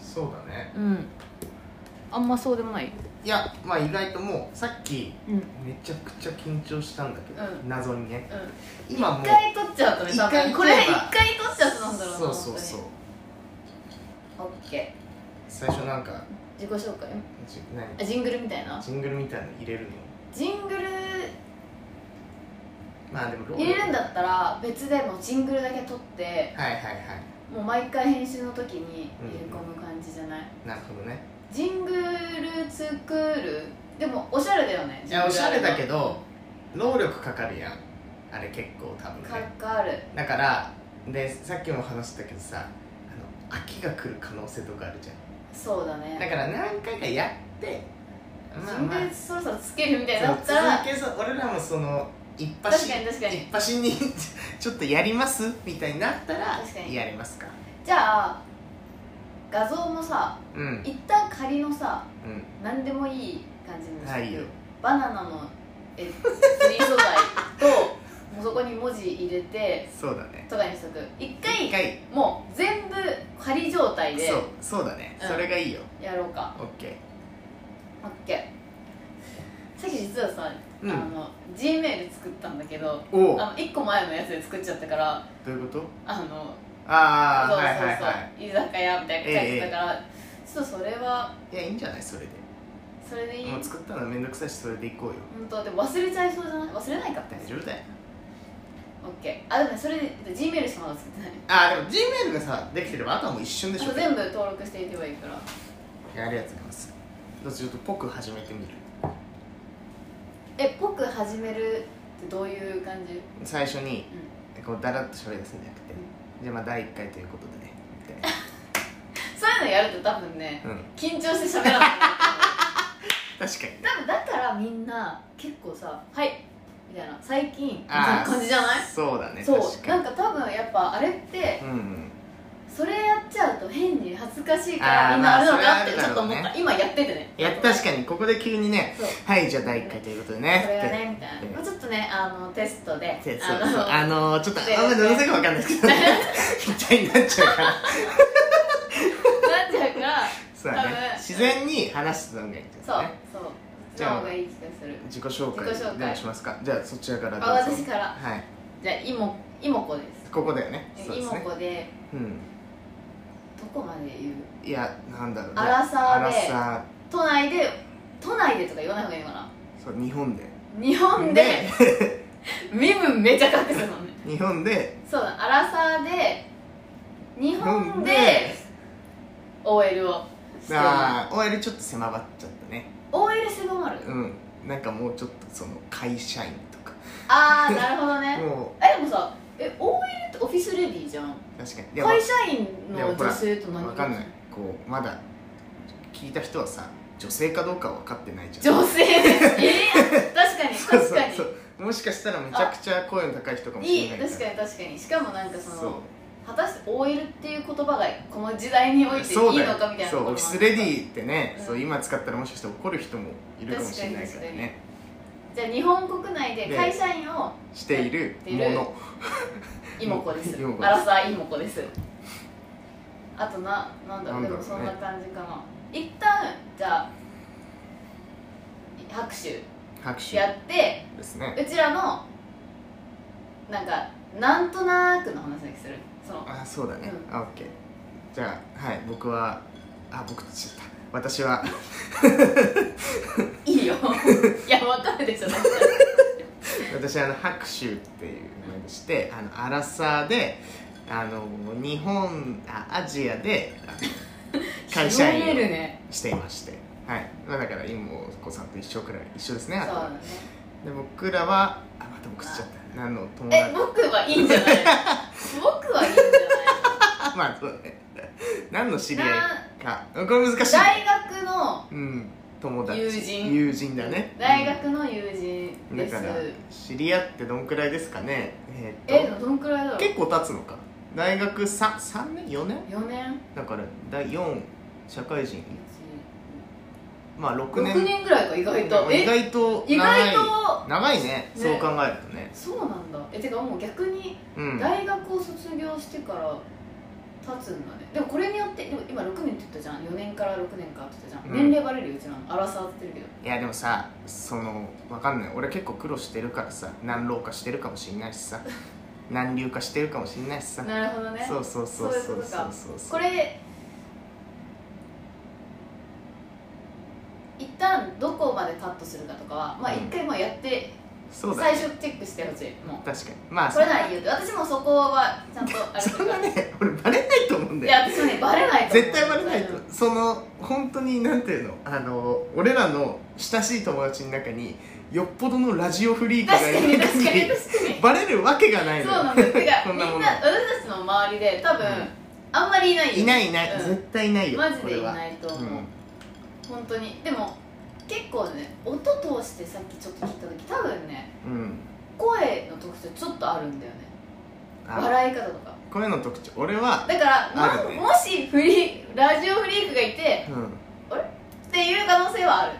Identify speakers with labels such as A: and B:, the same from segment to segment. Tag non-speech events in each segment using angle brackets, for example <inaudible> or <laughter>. A: そうだね
B: うんあんまそうでもない
A: いやまあ意外ともうさっき
B: うん
A: めちゃくちゃ緊張したんだけど、
C: う
A: 謎にね
C: うん
A: 今もう
C: 一回取っちゃうとね多分これ一
A: 一回
C: 回取っちゃうとなんだろうな
A: そうそうそう
C: 本当にオッケ
A: 最初なんか
C: ー自己紹介
A: じ何
C: あジングルみたいな
A: ジングルみたいなの入れるの
C: ジングル
A: まあでもロー
C: 入れるんだったら別でもうジングルだけ取って
A: はいはいは
C: もう毎回編集の時に入れ込む感じじゃない、
A: いなるほどね
C: ジングル作るでもおしゃれだよね
A: いやおしゃれだけ
C: ど
A: ど労力かかるやんあれ結構多分
C: か
A: ね
C: かる
A: だからでさっきも話したけどさあの秋が来る可能性とかあるじゃ
C: そうだ
A: んだ
C: ね
A: から何回かやってまあ
C: ジン
A: ま
C: グルそろそろつけるみたいにな
A: あ
C: ったら
A: そう続けそう俺らもその一発
C: 確かに確かに
A: 一発にちょっとやりますみたいになったら
C: 確かに
A: やりますか
C: じゃあ画像もさ
A: うん
C: 一旦仮のさ
A: うん
C: 何でもいい感じにして、
A: はいよ
C: バナナのえ釣り素材
A: <laughs>
C: ともうそこに文字入れて
A: そうだね
C: とかにしとく一
A: 一
C: 回
A: 回
C: もう全部仮状態で
A: そうそうだね
C: うん
A: それがいいよ
C: やろうか
A: オッケ
C: オッケーさっき実はさ、
A: うん
C: あの G メール作ったんだけど
A: ーおお
C: あの1個前のやつで作っちゃったから
A: どういうこと
C: あの
A: ああ
C: そう
A: はい
C: そうそう、
A: はいは
C: 居酒屋みたいな書いてたから、ちょっとそれはい
A: いやいいんじゃないそれで
C: それでいい
A: も
C: 本
A: う作ったのめんどくさいしそれでいこうよ
C: 当でも忘れちゃいそうじゃない忘れないかって
A: 大丈夫だよ
C: オッケーあでもねそれで G メールしかまだ作ってない
A: あーでも G メールがさできてればあとはもう一瞬でし
C: あ
A: ょ
C: と全部登録していけばいいから
A: やるやつがいますどっちちょっとぽく始めてみる
C: えっぽく始めるってどういう感じ
A: 最初にこうだらっと喋り出すんじゃなくてじゃあまあ第1回ということでねみたい
C: そういうのやると多分ね
A: な
C: <laughs>
A: うん
C: 緊張して
A: <laughs>
C: 喋らない
A: 確
C: <laughs>
A: かに
C: 多分だからみんな結構さ「はい」みたいな最近みたい
A: あー
C: な感じじゃない
A: そうだね
C: そ
A: 確
C: うな
A: か
C: んか多分やっぱあれって
A: にうんうん
C: それやっちゃうと変に恥ずかしいから
A: あー
C: みんなあれな
A: ま
C: の
A: あ
C: かって
A: それ
C: ち
A: はあるだろ
C: ょっと
A: うね
C: 思った今やっててね
A: いや確かにここで急にね
C: そう
A: はいじゃあ第1回ということでね
C: それは
A: っ
C: ねみたいな <laughs> まあちょっとねあのテストで
A: てでそうそう
C: あ
A: あのー、ちょっと
C: で
A: あんまりどうせかわかんないです <laughs> けどみたいになっちゃうから
C: <laughs> のなんちゃうから
A: そうだね
C: 多分
A: 自然に話してたのがいいんです
C: そう
A: ね
C: そうそ
A: じ
C: の
A: ゃあ
C: 方がいい気がする
A: 自己紹介
C: 自己紹介
A: でもしますかじゃあそちらからどうぞ
C: あ私から
A: はい
C: じゃあいもいもこです
A: ここだよねそう
C: い
A: です
C: も
A: ね
C: こで
A: うん
C: どこまで言う
A: いやなんだろうね
C: アラサーで
A: アラサ
C: 都内で都内でとか言わない方がいいのかな
A: ーそう日本で
C: 日本で身分めちゃ隠す
A: <laughs>
C: もんね
A: 日本で
C: そうだアラサーで日本で
A: 日本で
C: OL をしてる
A: ああ OL ちょっと狭まっちゃったね
C: OL 狭まる
A: うんなんかもうちょっとその会社員とか
C: あ
A: <laughs>
C: あなるほどね
A: も
C: えでもさえ OL ってオフィスレディじゃ
A: う
C: ん
A: 確かにでも
C: 会社員の女性と何が
A: わかんないこうまだ聞いた人はさ女性かどうか分かってないじゃん
C: 女性
A: <laughs>
C: ですえー、確かに
A: そう
C: 確
A: そう
C: かに
A: そうもしかしたらめちゃくちゃ声の高い人かもし
C: いい
A: れない
C: 確かに確かにしかもなんかその
A: そう
C: 果たして OL っていう言葉がこの時代においていいの
A: そうだよ
C: かみたいな
A: そ
C: ところ
A: う
C: もあ
A: オ
C: る
A: フィスレディってね、
C: うん
A: そう今使ったらもしかして怒る人もいるかもしれないから
C: 確かに
A: ね
C: じゃあ日本国内で会社員を
A: している
C: してい
A: も
C: る
A: の
C: イモコです
A: イモコです
C: アラサーイモコですあとななんだ
A: な
C: ろうん
A: だろ
C: で
A: うね
C: もそんな感じかな一旦じゃあ拍手
A: 拍手
C: やって
A: ですね
C: うちらのなんかなんとなくの話だけするその
A: あそうだね、
C: う
A: あオッケーじゃあはい僕はあ僕とちだった私
C: <laughs>
A: はい
C: いよ <laughs> いやわかるでしょだって
A: 私あの白州っていう名でしてあのアラサーであの日本あアジア
C: <laughs>
A: であの会社員
C: 広める
A: を
C: ね
A: していましてはい、まあ、だから妹子さんと一緒くらい一緒ですね
C: そ
A: あと
C: うだ
A: は
C: ね
A: で僕らはあまた僕しちゃった何の友
C: え
A: 達
C: 僕はいいん
A: <laughs>
C: じゃない僕はいいんじ
A: まあそうね <laughs> 何の知
C: ゃ
A: り
C: な
A: 合
C: いな
A: か
C: い
A: これ難しい
C: 大学の
A: うん友達
C: 友人
A: 友人だね
C: 大学の友人
A: だ
C: です
A: から知り合ってどんくらいですかねえ
C: え
A: ー
C: で
A: っ
C: もどんくらいだろ
A: と
C: う
A: 結構経つのか大学 3, 3年4年
C: 4年
A: だから第4社会人まあ6
C: 6
A: 年
C: 年ぐらいか意外と
A: 意
C: え
A: 外と長い
C: 意外と
A: 長いねそう考えるとね
C: そうなんだえてかもう逆に
A: うん
C: 大学を卒業してから経つんだね、でもこれによってでも今6年って言ったじゃん4から6年かって言ったじゃん、
A: うん
C: 年齢バレるようちなの争わってるけど
A: いやでもさそのわかんない俺結構苦労してるからさ何老化してるかもしんないし
C: <laughs>
A: さ何流化してるかもしんないしさ、
C: なるほどね
A: そうそうそう
C: そういう
A: そ
C: こと
A: うそう
C: か
A: そうそう
C: これ一旦どこまでカットするかとかはまあ
A: うん
C: 一回もうやって、
A: そうだ
C: 最
A: ね
C: 初チェックしてほしいもう
A: 確かにまあ
C: これなら言うて私もそこはちゃんとあれす
A: そ
C: る
A: ん
C: か
A: な
C: ら
A: ね俺バレないと思うん
C: い
A: だよ
C: や私もねバレないと思う
A: 絶対バレないと
C: うん
A: その本当になんていうのあの俺らの親しい友達の中によっぽどのラジオフリーク
C: 確
A: が
C: か
A: い
C: に
A: る
C: 確かに
A: 限り
C: 確かに
A: バレるわけがない
C: そう
A: のよ
C: なんですてか
A: こ
C: み
A: ん
C: ん
A: な
C: な
A: もの
C: 私たちの周りで多分、
A: うん
C: あんまりいないよ
A: いないいない、
C: うん
A: 絶対いないよ
C: マジ
A: こ
C: で
A: れ
C: い
A: は
C: ないと思う、
A: うん
C: 本当にでも結構ね音通してさっきちょっと聞いた時多分ね
A: うん
C: 声の特徴ちょっとあるんだよね
A: あ
C: 笑い方とか
A: 声の特徴俺は
C: だから
A: あ
C: な
A: るね
C: もしフリーラジオフリークがいて
A: うん
C: っていう可能性はある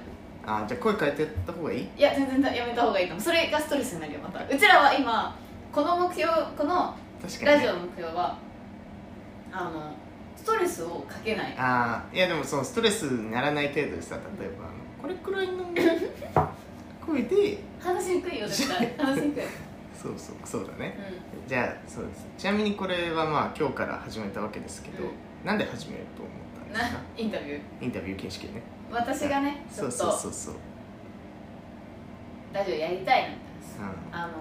A: あじゃあ声変えてやった方がいい
C: いや全然やめた方がいいと思うそれがストレスになるよまたうちらは今この目標この
A: 確か
C: ラ
A: に、
C: ジ
A: ね、
C: オの目標はあのストレスをかけない
A: ああいやでもそのストレスにならない程度でさ例えばあのこれくらいの
C: <laughs>
A: 声で
C: 話しにくいよ
A: <laughs>
C: 絶対話しにくい、うん、
A: そうそうそうだねじゃあそうですちなみにこれはまあ今日から始めたわけですけど、なんで始めると思ったんで
C: な
A: すか
C: インタビュー
A: インタビュー形式でね
C: 私がねち
A: そ
C: ょ
A: う
C: っ
A: そう
C: と
A: そうそう、
C: ラジオやりたいなみ
A: うん、
C: たいなあの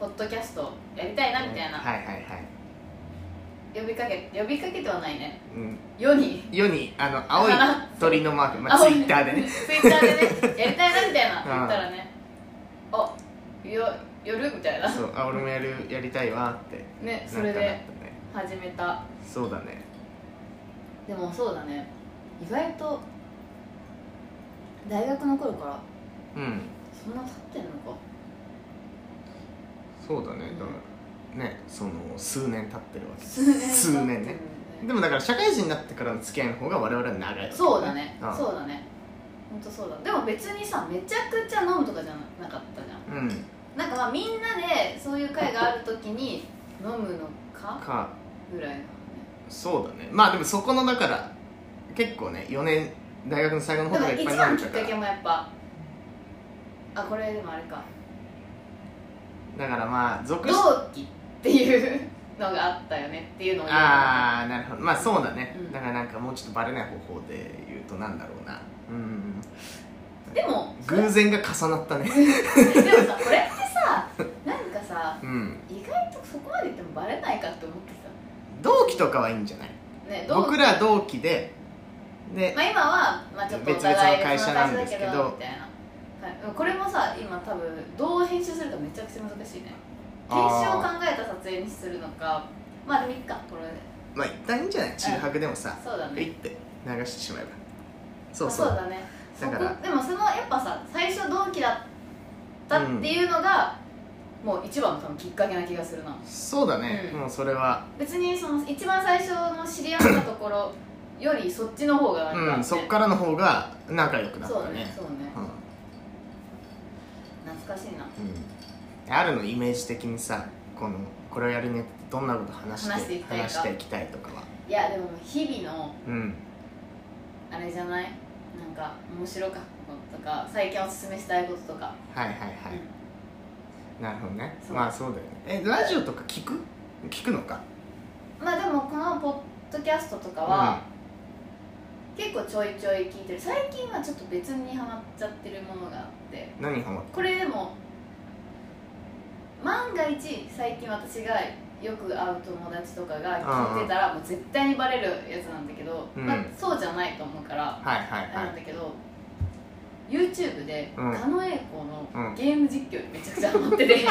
C: ポッドキャストやりたいなみたいな、
A: はいはいはい、
C: 呼びかけ呼びかけてはないね
A: うん、
C: 世に
A: 世にあの青い鳥のマーク、まあ、ツ
C: 青
A: イ
C: い
A: ッターで
C: <laughs>
A: ね
C: ツイッターでねやりたいなみたいな言ったらねあよやるみた
A: <laughs>
C: いな
A: そうあ俺もやるやりたいわって
C: ねそれ
A: なんかなっ
C: で
A: たね
C: 始めた
A: そうだね
C: でもそうだね意外と大学の頃から
A: うん
C: そんな経ってんのか
A: そうだねだからねその数年経ってるわけです
C: 数年経ってんの
A: 数年ねでもだから社会人になってからの付き合いの方が我々は長いわけだね
C: <laughs> そうだね
A: うん
C: そうだね本当そうだでも別にさめちゃくちゃ飲むとかじゃなかったじゃん
A: うん
C: なんかまあみんなでそういう会があるときに飲むのか
A: か
C: ぐらいのね
A: そうだねまあでもそこのだから結構ね4年大学の最後の
C: だ
A: 方と
C: か
A: からいっ
C: 一
A: ぱい飲
C: 番
A: ん
C: き
A: じ
C: っ
A: ゃか
C: からけもやっぱあこれでもあれか
A: だからまあ属し
C: 同期っていうのがあったよねっていうのを言う
A: ああなるほどまあそうだね、
C: うん
A: だからなんかもうちょっとバレない方法で言うとなんだろうなうん
C: でも
A: 偶然が重なったね
C: でもさこれってさなんかさ
A: うん
C: 意外とそこまで言ってもバレないかって思ってさ
A: 同期とかはいいんじゃない
C: ね同期
A: 僕ら同期でで
C: まあ、今は、まあ、ちょっとお
A: 別々の
C: 互い
A: 会社なんですけど
C: その会社だみたいな、はい、でもこれもさ今多分どう編集するかめちゃくちゃ難しいね編集を考えた撮影にするのかまあでもいいかこれで
A: まあ一旦いいんじゃない中泊でもさ
C: そうだ
A: ピ
C: ね
A: ッて流してしまえばそ
C: ま
A: う
C: あ
A: そ
C: そううだねそ
A: だ
C: こ
A: から
C: でもそのやっぱさ最初同期だったっていうのが、もう一番の多分きっかけな気がするな
A: そうだね、
C: うん
A: もうそれは
C: 別にその一番最初の知り合ったところよりそっちの方がなんか、ね
A: うんそっからの方が仲良くなった
C: そうだね
A: ね
C: そうね
A: うん
C: 懐かしいな
A: うん、あるのイメージ的にさこのこれをやるねってどんなこと話して
C: 話していきたいか
A: 話していきたいとかはい
C: やでも日々の
A: うん
C: あれじゃないなんか面白かったこととか最近おすすめしたいこととか、
A: はいはいはい、なるほどね
C: そう
A: まあそうだよねえラジオとか聞く聞くのか
C: まあでもこのポッドキャストとかは、結構ちょいちょい聞いてる最近はちょっと別にハマっちゃってるものがあって
A: うん、何ハマっ
C: これでも万が一最近私がよく会う友達とかが聞いてたらもう絶対にバレるやつなんだけど、
A: うん
C: まあ、そうじゃないと思うから
A: はいはい
C: あ
A: は
C: れ
A: い
C: なんだけど YouTube で
A: うん
C: 狩野英孝
A: うん
C: のゲーム実況にめちゃくちゃハマ
A: <laughs>
C: ってて、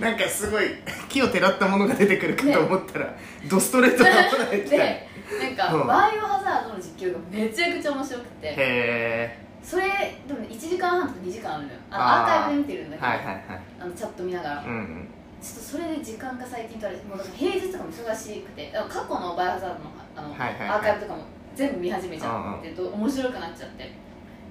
A: なんかすごい木をてらったものが出てくるかと思ったら、ドストレートなものが出てきたね
C: でなんか、
A: うん
C: バイオハザードの実況がめちゃくちゃ面白くて
A: へ
C: それでもね1時間半とか2時間あるのよあの
A: あー
C: アーカイブで見てるんだ
A: え
C: けど、
A: はいはいはい
C: あのチャット見ながらちょっ
A: うん
C: とそれで時間が最近取られてもうだから平日とかも忙しくてだから過去のバイオハザードのあの、
A: はいはいはい
C: アーカイブとかも全部見始めちゃってど面白くなっちゃって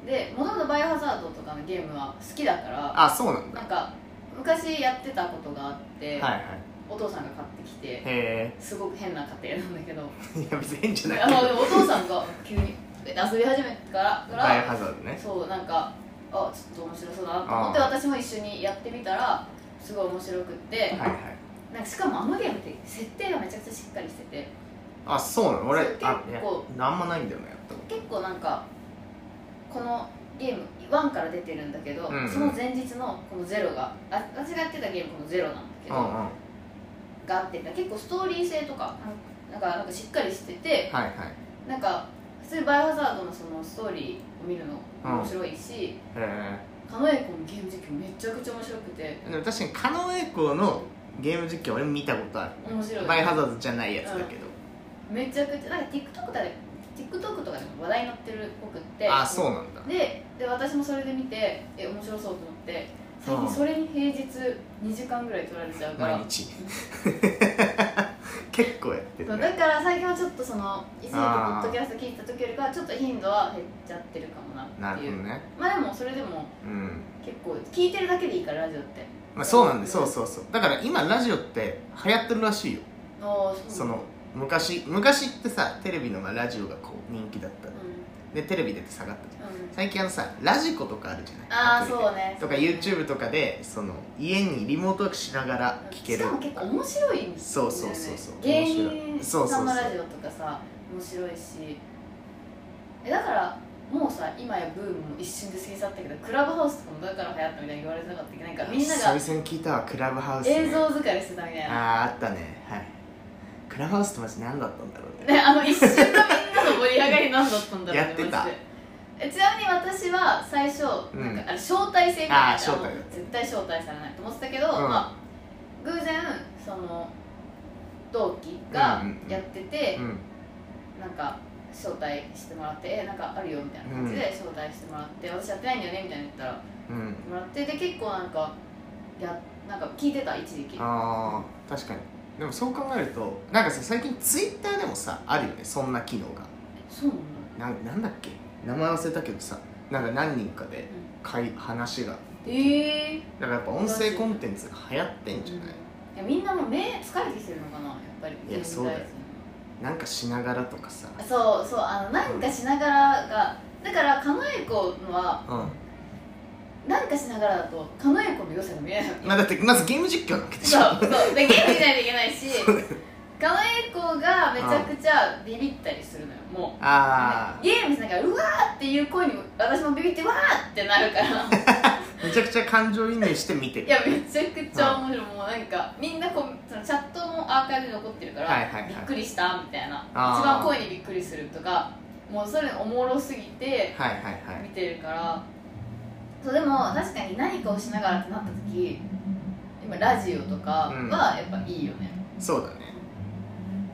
C: でもともとバイオハザードとかのゲームは好きだから
A: あそうなんだ
C: なんか昔やってたことがあって、
A: はいはい
C: お父さんが買ってきて
A: へ
C: すごく変な家庭なんだけど
A: <laughs> えいや別に変じゃない
C: あ
A: け
C: の
A: ど
C: でもお父さんが急にって遊び始めてからから、
A: バイオハザードね
C: そうなんかあちょっと面白そうだなと思って
A: あー
C: 私も一緒にやってみたらすごい面白くって
A: はいはい
C: なんかしかもあのゲームって設定がめちゃくちゃしっかりしてて
A: あそうなの俺
C: そう
A: あい
C: 結
A: や
C: 構
A: なんもないんだよねやったこと
C: 結構なんかこのゲーム1から出てるんだけど、
A: うんうん
C: その前日のこの「ゼロがあ私がやってたゲームこの「ゼロなんだけど、
A: うんうんは
C: があって結構ストーリー性とかなんかなんかしっかりして
A: い
C: て
A: はい
C: なんか普通「バイオハザード」のそのストーリーを見るの
A: うん
C: 面白いし
A: え
C: 狩野英孝のゲーム実況めちゃくちゃ面白くて
A: ーでも確かに狩野英孝のゲーム実況俺も見たことあ
C: 面白
A: る
C: い
A: バイオハザードじゃないやつだけど、
C: めちゃくちゃなんか TikTok とかで TikTok とかでも話題になってるっぽくって
A: あそうなんだ
C: でで私もそれで見てえ面白そうと思って最近それに平日2時間ぐらい取られちゃうから、
A: 毎日 <laughs> 結構やって
C: そ
A: る
C: う
A: ね
C: だから最近はちょっとその一時期ポ
A: あー
C: ッドキャスト聞いた時よりかはちょっと頻度は減っちゃってるかもな
A: な
C: っ
A: る
C: て
A: ほ
C: い
A: ど
C: う
A: ね
C: まあでもそれでも
A: うん
C: 結構聞いてるだけでいいからラジオって
A: まあ、そうなんでそうそうそうだから今ラジオって流行ってるらしいよ
C: ああ
A: その昔昔ってさテレビのまあラジオがこう人気だった
C: うんう
A: でテレビ出て下がったじゃん
C: ん
A: 最近あのさラジコとかあるじゃない
C: ああ
A: アプリ
C: そうね
A: でとか YouTube とかでその家にリモートワークしながら聞ける
C: しかも結構面白いんだよね
A: そうそうそうそう
C: 芸
A: 面白い
C: 人
A: そうそう
C: さ
A: そうん
C: のラジオとかさ面白いしえだからもうさ今やブームも一瞬で過ぎ去ったけどクラブハウスとかもだから流行ったみたいに言われてなかったっけなんかみんなが
A: 久々に聞いたわクラブハウス、ね、
C: 映像疲れしてたみたいな
A: ああーあったねはいクラブハウスってマジ何だったんだろうね
C: ねあの一瞬のみんなの盛り上がりなんだったんだろうね
A: やってた
C: マジでえちなみに私は最初
A: うん
C: なんかあれ招待制みたい
A: あー
C: な
A: 招待
C: あの絶対招待されないと思ってたけど、
A: ん
C: まあ偶然その同期がやってて、
A: うん
C: なんか招待してもらって「えなんかあるよ」みたいな感じで招待してもらって「私やってないんだよね」みたいな言ったら
A: うん
C: もらってで結構なんかやなんか聞いてた一時期
A: あー確かにでもそう考えるとなんかさ最近ツイッターでもさあるよねそんな機能が
C: そうなの
A: なんなんだっけ名前忘れたけどさなんか何人かでかい話が
C: ええ
A: だからやっぱ音声コンテンツが流行ってんじゃない
C: いやみんなもう目疲れてきてるのかなやっぱり
A: いやそうだよなんかしながらとかさ
C: そうそうあのなんかしながらがだから狩野英孝のは
A: うん
C: なんかしながらだと狩野英孝の良さが見え
A: <laughs>
C: ない
A: まあ、だってまずゲーム実況なわけでし
C: そ
A: ょ
C: うそうでゲームしないといけないし狩野英孝がめちゃくちゃビビったりするのよもう
A: あ
C: ゲームしながらうわーっていう声に私もビビってわーってな
A: <laughs>
C: るからい
A: あめちゃくちゃ感情移入して見てる
C: やめちゃくちゃ面白いもうなんかみんなこうそのチャットもアーカイブに残ってるから、
A: はいはいはい
C: びっくりしたみたいな一
A: あー
C: 番声にびっくりするとかもうそれおもろすぎて
A: はいはいはい
C: 見てるからそうでも確かに何かをしながらってなった時今ラジオとか
A: うん
C: はやっぱいいよね、
A: そうだね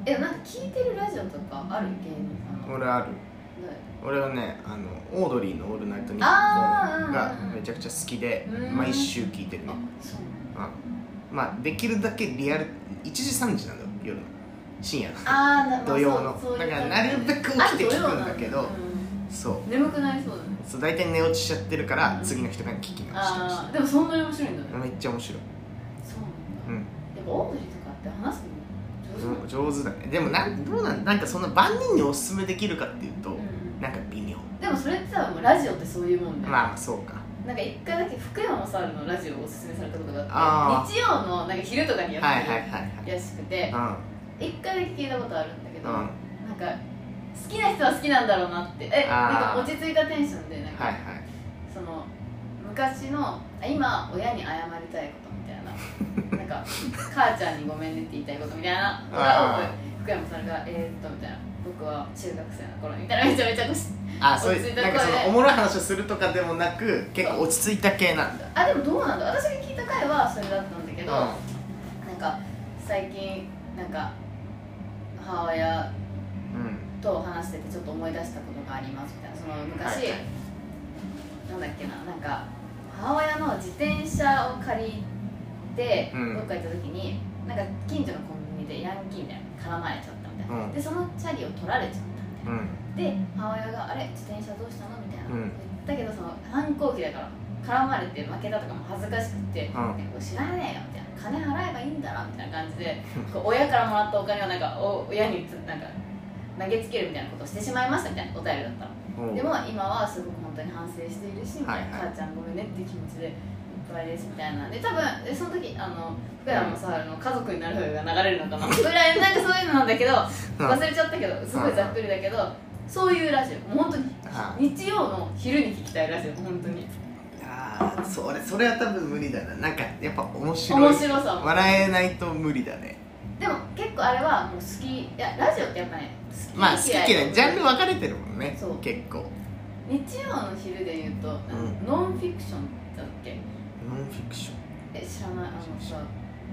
C: えなんか聞いてるラジオとかある芸人さんの
A: 俺ある
C: ない
A: 俺はねあのオードリーの「オールナイトニッポン」
C: あーうん
A: がめちゃくちゃ好きで
C: うん
A: 毎週聞いてるね
C: あそう
A: うんまあできるだけリアル1時3時なのよ夜の深夜の
C: あーなまあ
A: 土曜の
C: そうそういう
A: だから
C: 感じ
A: なるべ <laughs> く起きて聞くんだけど
C: あ土曜なんだうん
A: そう
C: 眠くなりそうだね
A: そう大体寝落ちしちゃってるから次の人が聞き直してほし
C: ああでもそんなに面白いんだね
A: いめっちゃ面白い
C: そう
A: う
C: なんだ
A: ん
C: やっぱオードリーとかって話すの上手なの
A: 上手だねでもなんどうなんなんかそんな万人におすすめできるかっていうと
C: うん
A: なんか微妙
C: でもそれってさもうラジオってそういうもんだよ、
A: まあまあそうか
C: なんか一回だけ福山雅治のラジオをおすすめされたことがあ
A: あ
C: って日曜のなんか昼とかにや
A: はいは
C: っ
A: い
C: て
A: はい
C: るらしくて
A: はい
C: 一回だけ聞いたことあるんだけ
A: う
C: ど
A: んうん
C: なん
A: は
C: か好きな人は好きなんだろうなってえ
A: あー
C: なんか落ち着いたテンションでなん
A: い
C: か、
A: はい
C: その昔のあ今親に謝りたいことみた
A: <laughs>
C: いななんか母ちゃんにごめんねって言いたいことみたいなのが
A: あー
C: 覚え福山さんが「えー、っと」みたいな「僕は中学生の頃」みたいなめちゃめちゃこうし
A: あそうい
C: 落ち着
A: う
C: いた
A: なんかそ
C: 声
A: の
C: で
A: おもろい話をするとかでもなく結構落ち着いた系なんだ
C: あでもどうなんだ私が聞いた回はそれだったんだけ
A: う
C: ど、なんか最近なんか母親
A: んうん
C: と話しててちょっと思い出したことがありますみたいなその昔、
A: はいはい
C: なんだっけななんか母親の自転車を借りて
A: うん
C: どっか行った時に、なんか近所のコンビニでヤンキーみたいなの絡まれちゃったみたいな、
A: うん
C: でそのチャリを取られちゃったみたいな
A: うん
C: で母親が「あれ自転車どうしたの?」みたいな、
A: うん
C: 言ったけどその反抗期だから絡まれて負けたとかも恥ずかしく
A: う
C: て「
A: ん
C: でこう知らねえよ」みたいな「金払えばいいんだろ」みたいな感じでこう親からもらったお金をなんかお親につなんか投げつけるみたいなことをしてしまいましたみたいなお便りだったの
A: うん
C: でも今はすごく本当に反省しているし、
A: はいはい
C: 母ちゃんごめんねって気持ちでいっぱいですみたいなで多分でその時あの福山雅治の「家族になる方が流れ
A: <laughs>
C: るのかなぐらいなんかそういうのなんだけど忘れちゃったけどすごいざっくりだけどそういうラジオもう本
A: は
C: 当に日曜の昼に聞きたいラジオ本当に
A: あーそれそれは多分無理だななんかやっぱ面白い
C: 面白さも
A: 笑えないと無理だね
C: でも結構あれはもう好きいやラジオってやっぱね好き
A: まあ好き嫌いジャンル分かれてるもんね
C: そう
A: 結構
C: 日曜の昼で言うと、
A: ん
C: ノンフィクションだっけ
A: ノンフィクション
C: え知らないあのさ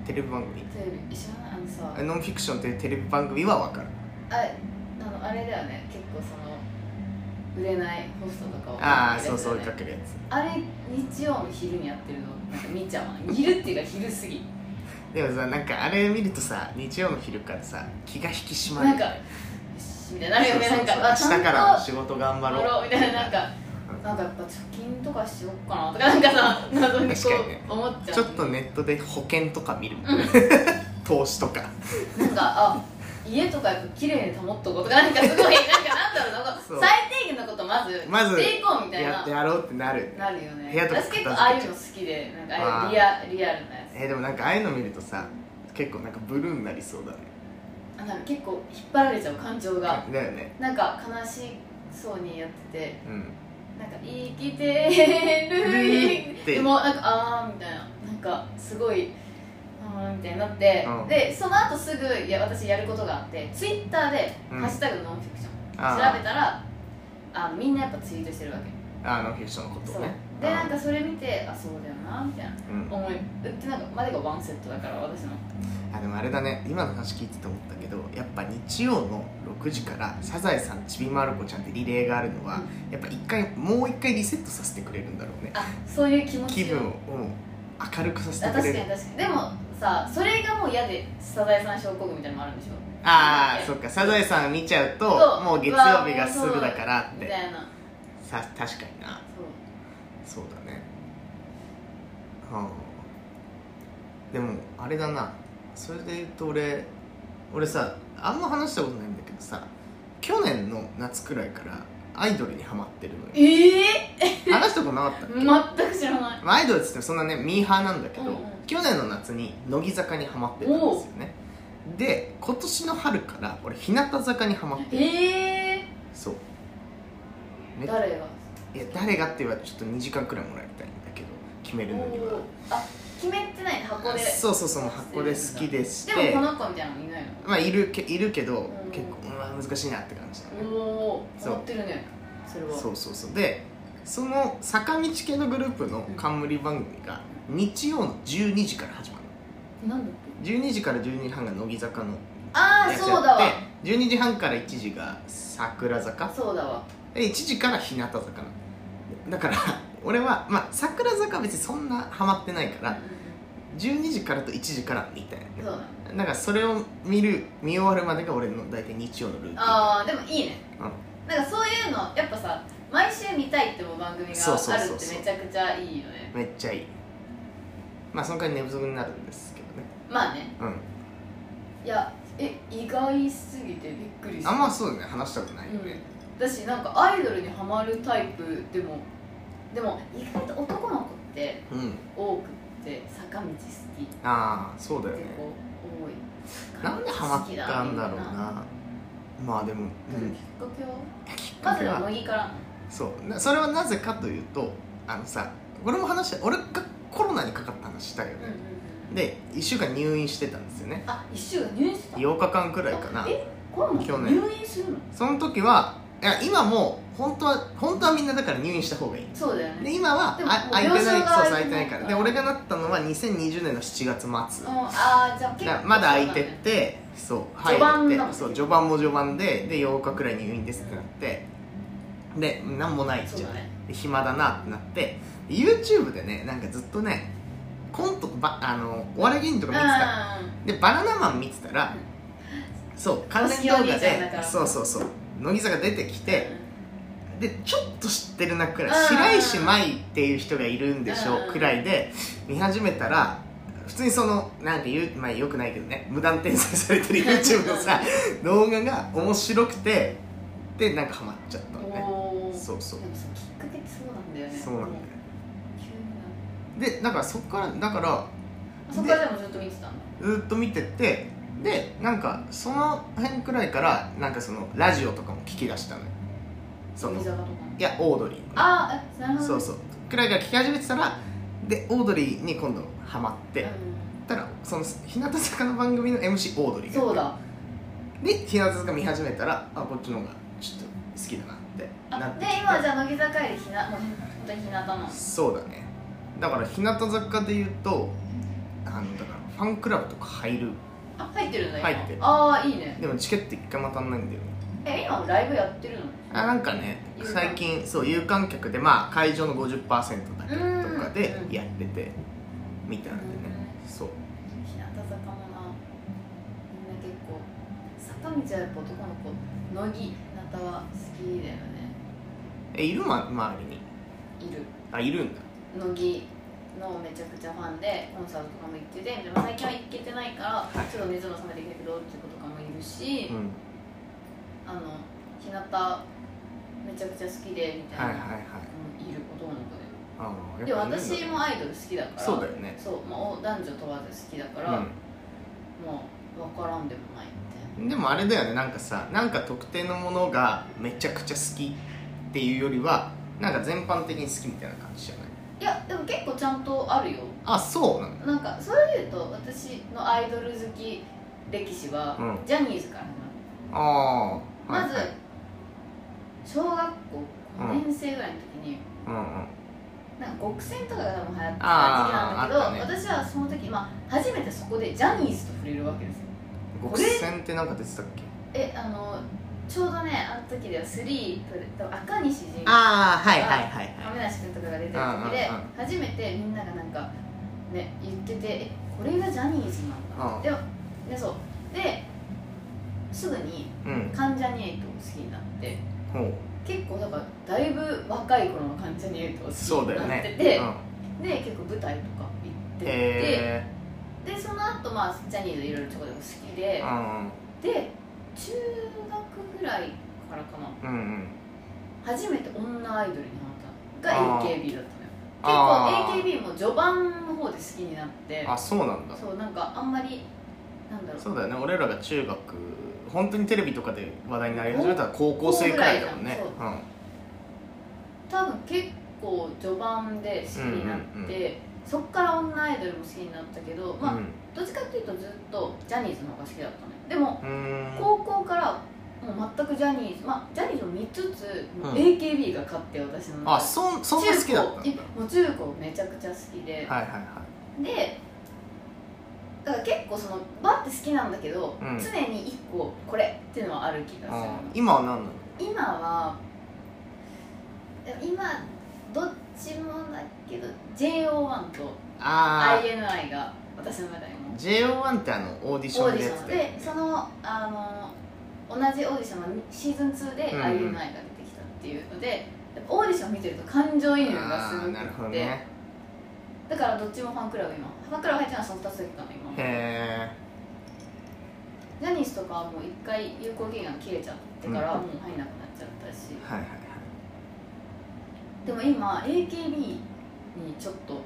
A: テレビ番組
C: テレビ知らないあのさ
A: ノンフィクションっていうテレビ番組は分かる
C: ああのあれだよね結構その売れないホストとかを
A: ああそうそう
C: や
A: 追い
C: つ
A: か
C: だよね
A: けるやつ
C: あれ日曜の昼にやってるのなんか見ちゃうわ昼っていうか昼過ぎ
A: でもさなんかあれ見るとさ日曜の昼からさ気が引き締まる
C: なんかよしみたいになるよね
A: そうそうそう
C: なんかあちゃ
A: 明
C: ん
A: 日からも
C: と
A: 仕事頑張
C: や
A: ろ
C: ろ
A: う
C: うみたいななんかなんかやっぱ貯金とかしよっかなとかなんかさ謎にこ
A: 確かにね
C: う思っち
A: <laughs>
C: ゃう
A: ちょっとネットで保険とか見る、 <laughs> 投資とか
C: なんかあ家とかやっぱ綺麗に保っとこうとかなんかすごいなんかなんだろうな
A: そう
C: 最低限のことまず
A: まず
C: していこうみたい
A: や
C: な
A: ってやろうってなる
C: なるよね
A: 部屋とか
C: 私
A: 片付け
C: 結
A: ちゃ
C: 構
A: う
C: ああいうの好きでなんかああいうリアリアルなやつ
A: えーでもなんかああいうの見るとさ結構なんかブルーになりそうだね
C: あなんか結構引っ張られちゃう感情が
A: だよね
C: なんか悲しそうにやってて
A: うん
C: なんか生きて
A: っ
C: る
A: て
C: でもなんかああみたいななんかすごいあーみたいになって、
A: うん
C: でその後すぐいや私やることがあってツイッターで「
A: うん
C: ハッシュタグノンフィクション」
A: あ
C: 調べたらあみんなやっぱツイートしてるわけ
A: あノンフィクションのこと
C: そ
A: を
C: う
A: ね
C: でなんかそれ見てあそうだよなみたいな
A: うん
C: 思いでなんかまでがワンセットだから私の
A: あでもあれだね今の話聞いてて思ったけどやっぱ日曜の6時から「サザエさんちびまる子ちゃん」ってリレーがあるのは、やっぱ一回もう一回リセットさせてくれるんだろうね
C: あそういう気持
A: 気
C: ち
A: 分を、
C: を
A: うん、明るくさせ
C: あ
A: てく
C: 確
A: れ
C: かに確
A: る
C: かにでもさそれがもう嫌でサザエさん症候群みたいなのもあるんでしょ
A: ああそっか「サザエさん」見ちゃうと
C: そう
A: もう月曜日がすぐだからっ
C: み
A: て
C: たいな
A: さ確かになそ
C: そう
A: うだねはあでもあれだなそれで言うと俺俺さあんま話したことないんだけどさ去年の夏くらいからアイドルにハマってるの
C: <laughs>
A: よ
C: ええ
A: 話したことなかったっけ、
C: 全く知らない
A: まあアイドルっつってもそんなねミーハーなんだけど、
C: うんうん
A: 去年の夏に乃木坂にハマってたんですよねで今年の春から俺日向坂にハマってる
C: ええ
A: そうめ
C: 誰が
A: いや誰がって言われたらちょっと2時間くらいもらいたいんだけど決めるのには
C: あ決めてない箱で
A: そうそうそうもう箱で好きでして
C: でもこの子みたいなのいない
A: まあいるけいるけど、
C: うん
A: 結構、うんまあ、難しいなって感じだね、
C: のおお
A: そう
C: 持ってるねそれは
A: そうそうそうでその坂道系のグループの冠番組が日曜の12時から始まる
C: なんだっけ
A: の12時から12時半が乃木坂の
C: ああ
A: やつ
C: そうだわ
A: やって12時半から1時が桜坂
C: そうだわ
A: で1時から日向坂なのだから俺は、まあ、桜坂は別にそんなハマってないから12時からと1時からみたいなね
C: そうだ
A: なんかそれを見る見終わるまでが俺の大体日曜のルーティン
C: ああでもいいね
A: うん
C: なんかそういうのやっぱさ毎週見たいって思う番組が
A: そうそう
C: あ
A: そ
C: る
A: う
C: って
A: そう
C: めちゃくちゃいいよね
A: めっちゃいいまあその間寝不足になるんですけど
C: まあね
A: ね
C: いやえ意外すぎてびっくりし
A: うん
C: た
A: あんまそうだね話したことないよね、
C: 私なんかアイドルにハマるタイプでもでも意外と男の子って
A: うん、
C: 多くって坂道好きって
A: ああそうだよね
C: 子多い
A: なんでハマったんだろうなまあでも、
C: 坂道好きだみんな
A: うん、
C: き
A: きっ
C: っかけはま
A: か
C: ず
A: け
C: は
A: は
C: 乃木から
A: そうなそれはなぜかというとあのさ俺も話した俺がコロナにかかった話したよね
C: うんうん、うん
A: で1週間入院してたんですよね
C: あ一週間入院してた
A: 8日間くらいかな
C: あえコロナ
A: 去年
C: 入院するの
A: その時はいや今も本当は本当はみんなだから入院した方がいい
C: そうだよね
A: で今は
C: でも
A: あ
C: もう
A: 空いてない
C: 病
A: そう
C: 床が
A: 空いてないからで
C: 空い
A: 俺
C: てな
A: が
C: い
A: なったのは2020年の7月末
C: うんああじゃあ結
A: だから
C: 構
A: まだ空い
C: そう
A: て
C: だね
A: てそう入
C: 序盤
A: っ
C: だも
A: て
C: ん
A: そう序盤も序盤でで8日くらい入院ですってなってで何もない
C: そう
A: じゃ
C: だ
A: ん
C: ね
A: で暇だなってなってで YouTube でねなんかずっとねコントばあのお笑い芸人とか見てた
C: う
A: でバナナマン見てたらそう関連
C: お
A: 動
C: 好きお
A: 画
C: 兄ちゃんだか
A: で
C: ら
A: そうそうそう乃木坂出てき
C: ん
A: てでちょっと知ってるなくらい
C: うん
A: 白石麻衣っていう人がいるんでしょ
C: う
A: うんくらいで見始めたら普通にそのなんて言うまあよくないけどね無断転載されてる YouTube の
C: <laughs>
A: さ動画が面白くてでなんかハマっちゃったのね
C: おー
A: そうそう
C: でもそのきっかけってそうなんだよね
A: そうなんだよ
C: も急にな
A: でだからそっからだから
C: あそこからでもずっと見てたんだ
A: ずっと見ててでなんかその辺くらいからなんかそのラジオとかも聞き出したのよその
C: 乃
A: い
C: 木坂とか
A: やオードリーの
C: ああなるほど
A: そうそうくらいから聞き始めてたらでオードリーに今度ハマって、
C: う
A: たらその日向坂の番組の MC オードリー
C: ん
A: が
C: そうだ
A: で日向坂見始めたらあこっちの方がちょっと好きだなって
C: あ
A: なって
C: で
A: きて
C: 今じゃあ乃木坂よりひなもう本当に日向の
A: そうだねだから日向坂で言うとあのだからファンクラブとか入る
C: あ入ってるんだ今
A: 入ってる
C: ああいいね
A: でもチケット一回も当たんないんだよね
C: え今ライブやってるの
A: あなんかね
C: 有観
A: 最近そう有観客でまあ会場の50%だけとかで
C: うん
A: やっててみたいなんでねそう
C: 日向坂もなみんな結構坂道はやっぱ男の子乃木日向は好きだよね
A: えいる、ま、周りに
C: いる
A: あいるんだ
C: 乃木のめちゃくちゃファンでコンサートとかも行っててでも最近は行けてないからちょっと熱の冷めてきたけどっていう子とかもいるし、
A: うん
C: あの日向めちゃくちゃ好きでみた
A: はいは
C: いな、
A: いはい
C: うんいる男の子で
A: あー
C: で
A: やっぱいるんだ
C: 私もアイドル好きだから
A: そうだよね
C: そう、まあ、お男女問わず好きだから、
A: うん
C: もう分からんでもないみたいな
A: でもあれだよねなんかさなんか特定のものがめちゃくちゃ好きっていうよりはなんか全般的に好きみたいな感じじゃない
C: いやでも結構ちゃんとあるよ
A: あそうなの
C: なんかそれで言うと私のアイドル好き歴史は、
A: うん
C: ジャニーズから始
A: ああ
C: まるまず、
A: はいはい
C: 小学校5年生ぐらいの時に、
A: うんうん
C: なんか極戦とかが多分流行ってた時期
A: あ
C: な
A: ー
C: んだけど
A: あ、った
C: 私はその時、まあ、初めてそこでジャニーズと触れるわけですよ
A: 極戦ってなんか出てたっけ
C: えあのちょうどねあの時では3とで多分赤西仁
A: ああはい
C: はい
A: はい
C: 亀梨君とかが出てる時で
A: うんうんうん
C: 初めてみんながなんかね言っててえこれがジャニーズなんだ
A: うん
C: でもでそうですぐに
A: うん
C: 関ジャニエイトを好きになって
A: ほう
C: 結構だからだいぶ若い頃の関ジャニエイトを
A: そ
C: 好
A: う
C: き
A: だよ
C: になって
A: ね
C: て、
A: うん、
C: で結構舞台とか行ってて
A: へ
C: でその後まあジャニーズいろいろちょこちょこ好きで
A: えうん
C: で中学ぐらいからかな
A: うんうん
C: 初めて女アイドルになったのが
A: あー
C: AKB だったのよ
A: あー
C: 結構 AKB も序盤の方で好きになって
A: あそうなんだ
C: そうなんかあんまりなんだろう
A: そうだよね俺らが中学本当にテレビとかで話題になり始めたら高校生くらいだもんね
C: 高校多分結構序盤で好きになって、
A: うんうんうん
C: そっから女アイドルも好きになったけど、
A: うん
C: まあどっちかっていうとずっとジャニーズの方が好きだったのよでも
A: うんうーん
C: 高校からもう全くジャニーズまあジャニーズを見つつ、
A: うん
C: AKB が勝って私の中で
A: あそんそんな好きだったんだ
C: 中高もう中高めちゃくちゃ好きで、
A: はいはいはい
C: でだから結構そのバって好きなんだけど、
A: うん
C: 常に1個これっていうのはある気がする
A: あ
C: の
A: ー今は何なの
C: 今は今どっちもだけど JO1 と
A: あ
C: INI が私の中でも
A: ー JO1 ってあのオーディシ
C: オ
A: ョ
C: ー
A: ンで
C: ディ
A: や
C: シ
A: つ
C: ョン
A: だよね
C: でそのあの同じオーディションのシーズン2で
A: うん
C: INI が出てきたっていうので、やっぱオーディション見てると感情移入が
A: あ
C: すご
A: ー
C: く
A: なるほ
C: っ
A: ど
C: て、
A: ね
C: だからどっちもファンクラブ今ファンクラブ入ってるのはその2つだけかな今
A: へ
C: ジャニーズとかはもう一回有効期限が切れちゃってから
A: う
C: もう入んなくなっちゃったし、
A: えはいはいはい
C: でも今 AKB にちょっと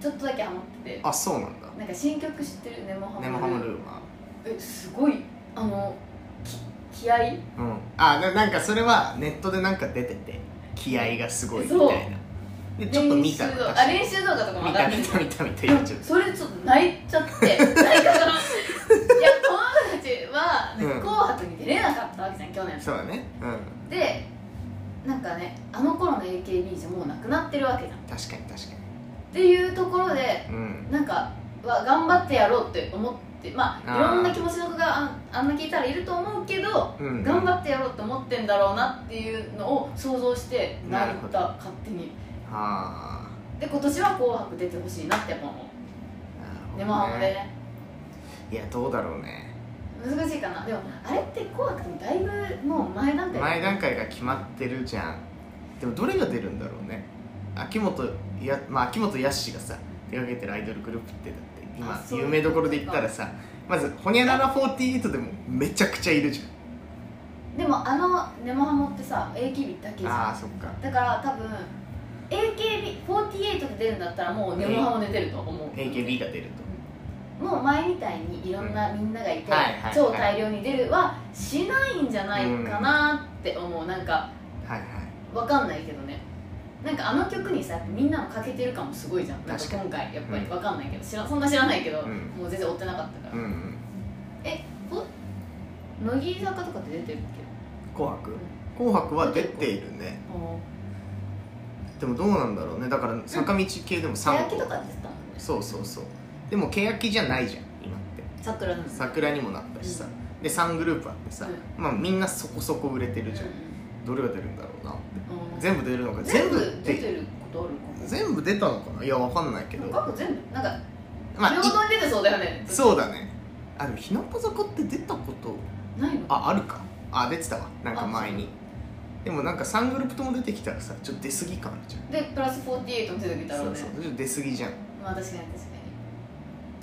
C: ちょっとだけハマってて
A: あそうなんだ
C: なんか新曲知ってる「ネモハマ
A: ネ
C: る」
A: モハムルーマ
C: えすごいあのき気合い
A: ーうんあななんかそれはネットでなんか出てて気合がすごいみた
C: そう
A: いなでちょっと見たの
C: 練
A: 確
C: 習動画あ
A: かに
C: 練習動画とかも上
A: 見
C: が
A: た
C: って
A: 見
C: る
A: た見た見た YouTube
C: それでちょっと泣いち
A: <laughs>
C: ゃってなんかそのいやこの子たちは「
A: うん
C: 紅白」に出れなかったわけじゃん去年
A: そうだねうん
C: でなんかねあの頃の AKB じゃもうなくなってるわけじゃんっ
A: 確かに確か
C: ていうところで
A: にうん
C: なんかは頑張ってやろうって思ってまあい
A: あー
C: ろんな気持ちの子がああんな聞いたらいると思うけど、
A: うん
C: 頑張ってやろうって思ってんだろうなっていうのを想像して泣いた勝手に
A: あ
C: で今年は「紅白」出てほしいなってやっぱ思う
A: ーなるほどね
C: でもハムでね
A: いやどうだろうね
C: 難しいかなでもあれって「紅白」もだいぶもう前段階
A: 前段階が決まってるじゃんでもどれが出るんだろうね秋元やまあ秋元康がさ手がけてるアイドルグループってだって
C: あ
A: 今
C: そういう
A: 有名
C: こと
A: どころで言ったらさまずホニャララ48でもめちゃくちゃいるじ
C: でもあのネモハモってさ AKB だ
A: ゃ
C: けじ
A: ん
C: ゃ
A: ああ
C: ん
A: ーそっか
C: だから多分 AKB48 で出るんだったらもうネモハモ出てると思う
A: AKB が出る
C: もう前みたいにいろんなみんながいて、
A: はいはいはい
C: 超大量に出るはしないんじゃないかなって思う、なんか
A: とはいはい
C: わかんないけどねなんかあの曲にさみんなもかけてる感もすごいじゃんなんか
A: 確か
C: 今回やっぱり
A: うん
C: わかんないけど、知らそんな知らないけど、
A: うん
C: もう全然追ってなかった
A: う
C: から、
A: んうん
C: 乃木坂とかって出てるっけ
A: 「紅白」「紅白」は出ているねでもどうなんだろうねだから坂道系でも
C: さ
A: 3
C: やき
A: 個
C: とか出てたもんね
A: そうそうそうでも欅じゃないじゃん今って
C: 桜なん
A: 桜にもなったしさ、で3グループあってさ、
C: う
A: まあみんなそこそこ売れてるじゃん、
C: う
A: どれが出るんだろうなって
C: んうんうん
A: 全部出るのか
C: 全
A: 全部
C: 部
A: っ
C: 出
A: て
C: てることある
A: 全部出たのかないやわかんないけど
C: かな過去全部なんか
A: まあ
C: 平
A: い
C: 等に出てそうだよね
A: そうだねあでも日向坂って出たこと
C: ないの
A: ああるかあ出てたわなんか前にでもなんか3グループとも出てきたらさちょっと出過ぎ感あるじゃん
C: でプラス48も出てきた
A: そ
C: ろう
A: う
C: ね
A: そうちょっと出過ぎじゃん
C: まあ確かに確か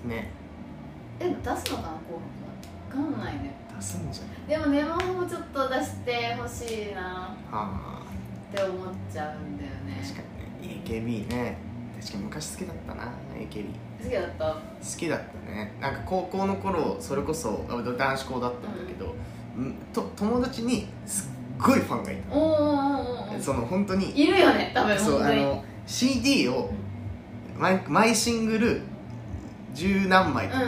A: ね
C: にえ出すのかな紅白はわかんないね
A: 出すんじゃん
C: でもネモフもちょっと出してほしいな
A: あ
C: って思っちゃうんだよ
A: あ
C: ね
A: 確かにね AKB ね確かに昔好きだったな AKB
C: 好きだった
A: 好きだったねなんか高校の頃それこそあ男子校だったんだけど、うんと友達にすっごいファンがい
C: おーおーおーお
A: た
C: ー
A: その本当に
C: いるよね多分
A: そう
C: 本
A: あ
C: 当に
A: の CD を毎毎シングル十何枚とか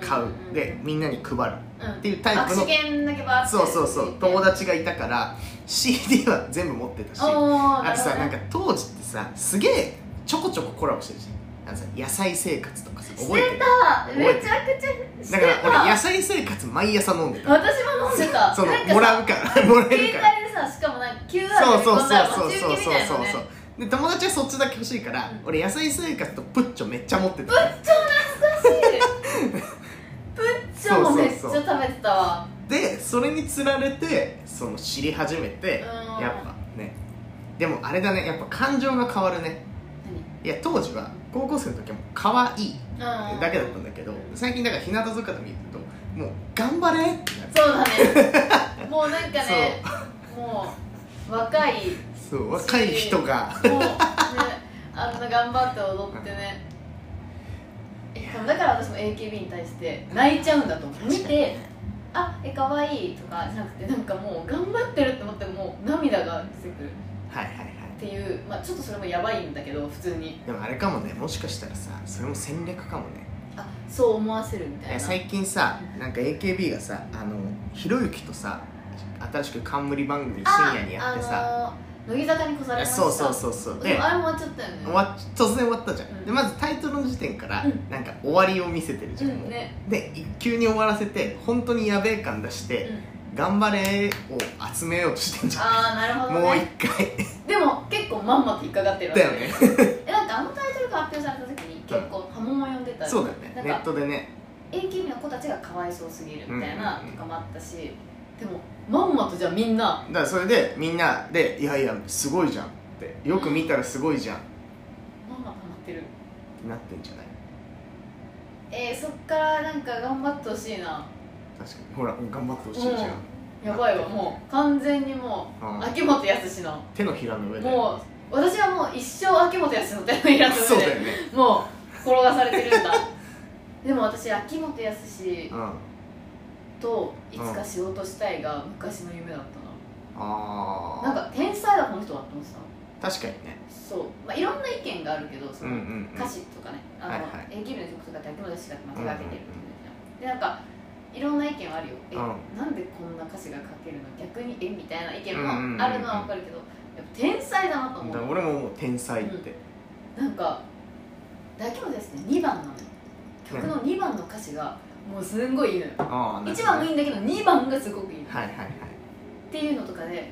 A: 買
C: うんうんうんう
A: うんでみんなに配る
C: うん
A: っていうタイプの
C: 握手券だけバーって
A: そうそうそう友達がいたから CD は全部持ってたしあ
C: おー
A: とさなん
C: か
A: か当時ってさすげえちょこちょこコラボしてるじゃんあのさ野菜生活とかさ覚えてる
C: めちゃくちゃして
A: だ
C: た
A: から俺野菜生活毎朝飲んでた
C: 私も飲んで
A: <laughs>
C: た
A: その
C: なんかさ
A: もらうからもらえる
C: 携
A: から
C: 帯でさしかもなんか QR で
A: そうそう
C: こ
A: そ
C: ん
A: う
C: な
A: そう
C: 待ち
A: そう
C: 受けみ
A: そう
C: たいな
A: そう
C: のね
A: そうで友達はそっちだけ欲しいから
C: うん
A: 俺野菜生活とプッチョめっちゃ持って
C: ぶ
A: た
C: っちょ懐かしいぶっちょもめっちゃ
A: そう
C: 食
A: そう
C: べてたわ
A: でそれにつられてその知り始めて
C: うん
A: やっぱねでもあれだねやっぱ感情が変わるねいや当時は高校生の時はもう可愛い
C: 何うん
A: だけだったんだけど最近だから日向坂で見るともう頑張れってなる
C: そうだ
A: <laughs>
C: ねもうなんかねもう若い
A: そう若い人が
C: もうねあんな頑張って踊ってねえでもだから私も AKB に対して泣いちゃうんだと思う見てあえ可愛いとかじゃなくてなんかもう頑張ってるって思ってもう涙が出てくる
A: はいはいはい
C: っていう、まあ、ちょっとそれもやばいんだけど普通に
A: でもあれかもねもしかしたらさそれも戦略かもね
C: あそう思わせるみたい
A: え
C: な
A: 最近さなんか AKB がさあのひろゆきとさ新しく冠番組深夜にやってさ、
C: ああのー乃木坂に越されました
A: そうそうそうそう
C: で
A: で
C: もあれも終わっちゃったよね
A: 終わっ突然終わったじゃん、
C: うん
A: でまずタイトルの時点から、
C: うん
A: なんか終わりを見せてるじゃん、も
C: う
A: うん
C: ね
A: で急に終わらせて本当にやべえ感出し
C: う
A: て「
C: ん
A: 頑張れ」を集めようとしてんじゃん、
C: ああなるほど
A: もう一
C: ね
A: 回
C: でも結構まんまと引っかかってるわけ
A: だよね
C: <laughs> えだってあのタイトルが発表された時に結構波紋も読んでた
A: そうだよね
C: なん
A: ネッ
C: か
A: トでね
C: AKB の子たちがかわいそうすぎるみたいな
A: うんうんうん
C: とかもあったしでもまんまとじゃあみんな
A: だからそれでみんなで「いやいやすごいじゃん」って「よく見たらすごいじゃん」っ
C: まんまとなってる
A: てなってんじゃない
C: えー、そっからなんか頑張ってほしいな
A: 確かにほら頑張ってほしいじゃん、
C: うんやばいわもう完全にもう
A: うん
C: 秋元康の
A: 手のひらの上で
C: もう私はもう一生秋元康の手のひらの
A: そう
C: 上
A: だ
C: で
A: よね
C: もう転がされてるんだでも私秋元康
A: うんあ
C: といつか仕事したいが昔の夢だった
A: あ
C: な、なんか天才だこの人はって思ってたの
A: 確かにね
C: そう、まあ、いろんな意見があるけどそ
A: うんう
C: の、
A: んうん
C: 歌詞とかねあの、
A: はいはい
C: AKB の曲とかって秋元康が手がけてるってことじゃんでなんかいろんな意見はあるよえ、
A: うん
C: なんでこんな歌詞が書けるの逆にえみたいな意見
A: うんうんうんうん
C: もあるのは分かるけど、やっぱ天才だなと
A: だ
C: 思
A: から
C: う
A: 俺ももう天才って、
C: なんかだけもですね2番なのよ曲の2番の歌詞がもうすんごいいいのよ
A: ああなるほ
C: 1
A: ど
C: 番もいいんだけど2番がすごくいいの
A: はいはいはい
C: っていうのとかで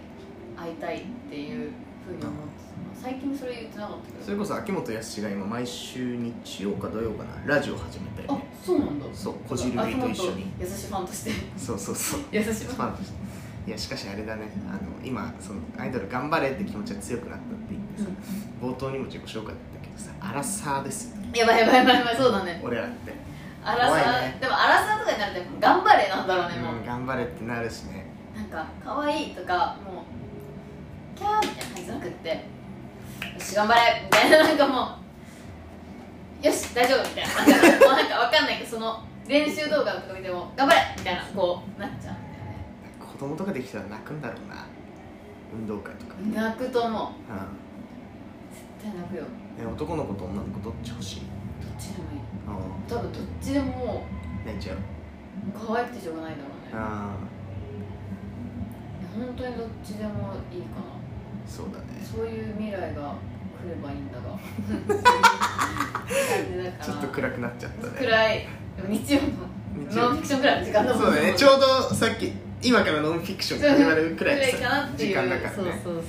C: 会いたいっていうふうに思ってた最近それ言ってなかった
A: そ
C: け
A: れ
C: ど
A: こそ秋元康が今毎週日曜か土曜かなラジオ始めたよ
C: あ
A: ね
C: そうなんだ
A: そうこじるりと一緒に
C: 秋元優しいファンとして <laughs>
A: そうそうそう
C: 優しいフ
A: フ
C: ァン
A: ァンとしていやしかしあれだねあの今そのアイドル頑張れって気持ちが強くなったって言ってさ冒頭にも自己紹介だったけどさアラサーですよね
C: やばいやばいやばいやばいそうだね
A: 俺らって、
C: アラサ
A: 怖い
C: ー、
A: ね
C: でもアラサーとかになるとやっぱ頑張れなんだろうねもう、
A: うん、頑張れってなるしね
C: なんか可愛いとかもうキャーみたいな感じじゃなくってよし頑張れみたいななんかもうよし大丈夫みたいななんかもうなんかわかんないけどその練習動画とか見ても頑張れみたいなこうなっちゃうんだよね
A: 子供とかできたら泣くんだろうな運動会とか
C: 泣くと思う
A: う
C: 絶対泣くよど
A: んね男の子と女の子どっち欲しい
C: っちでもいい
A: うん
C: 多分どっちでもも
A: 泣いちゃう
C: う可愛くてしょうがないだろうねいや
A: あ
C: 本当にどっちでもいいかな
A: ーそうだね
C: そういう未来が来ればいいんだがそういう感じだから
A: ちょっと暗くなっちゃったね
C: 暗いでも日曜の
A: 日曜
C: ノンフィクションくらいの時間だもん
A: そうだねちょうどさっき今からノンフィクションが始まるくらい
C: くかなっていう
A: 時間だからね
C: そうそう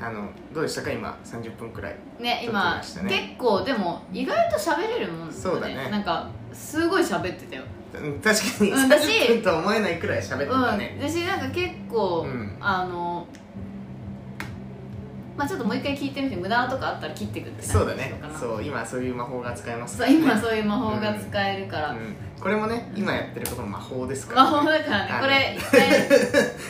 A: あのどうでしたか今30分くらい
C: そうね
A: 撮って
C: 今
A: ましたね
B: 結構でも意外と喋れるもん
A: そうだね
B: なんかすごい喋ってたよ、
A: うん確かに
B: うんだし
A: 30分とは思えないくらい喋って
B: うん
A: たね
B: 私なんか結構、
A: うん
B: あのまあちょっともう一回聞いてみて無駄なとこあったら切っていくって
A: そうだ
B: し
A: ね
B: よかな
A: そう今そういう魔法が使えますか
B: そ
A: ら
B: う
A: ね
B: 今そういう魔法が使えるから、
A: うんこれもね今やってることも魔法ですから
B: 魔
A: ね
B: 法だからね
A: あの
B: これ一
A: <laughs>
B: 回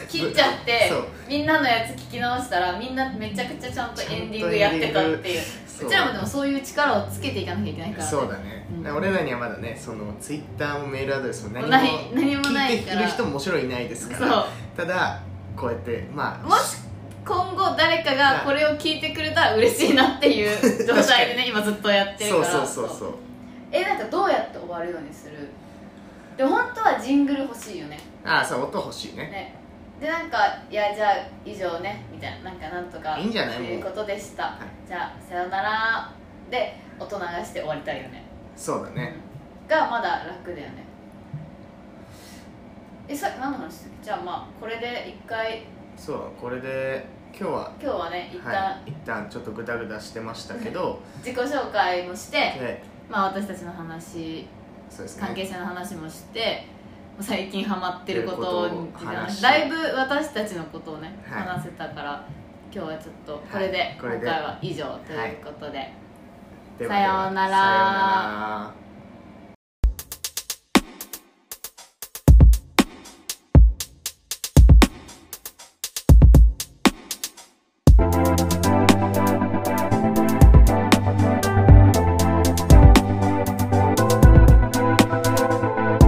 B: 切っちゃって
A: そう
C: みんなのやつ聞き直したらみんなめちゃくちゃちゃんとエンディングやってたっていう
A: そう
B: ちらもでもそういう力をつけていかなきゃいけないから、ね、
A: そうだね、
B: うん
A: だから俺らにはまだねそのツイッターもメールアドレスも何も
B: ない何もな
A: 聞
B: い
A: いて
B: か
A: い
B: ら
A: る人ももちろんいないですか
B: そ
A: ら
B: う
A: ただこうやってまあ
B: もし今後誰かがこれを聞いてくれたら嬉しいなっていう状態
A: <laughs>
B: でね今ずっとやってるか
A: そう
B: ら
A: そうそうそう
C: えなんかどうやって終わるようにするでも本当はジングル欲しいよね
A: ああそう音欲しいね
C: ねでなんか「いやじゃあ以上ね」みたいななんかなんとか
A: いいんじゃない
C: という
A: も
C: ことでした、
A: い
C: じゃあさよならで音流して終わりたいよね
A: そうだね
C: がまだ楽だよねえさ何の話したっけじゃあまあこれで一回
A: そうこれで今日は
C: 今日はね一
A: は
C: 旦
A: い一旦ちょっとグダグダしてましたけど
C: 自己紹介もして、
A: で
B: まあ私たちの話
A: そうですね
B: 関係者の話もして最近ハマってること
A: という
B: に
A: ことを話して
B: だいぶ私たちのことをね、
A: はい
B: 話せたから今日はちょっとこれで
A: これ
B: 今
A: で
B: 回は以上ということで、
A: では
B: さようなら
A: さようなら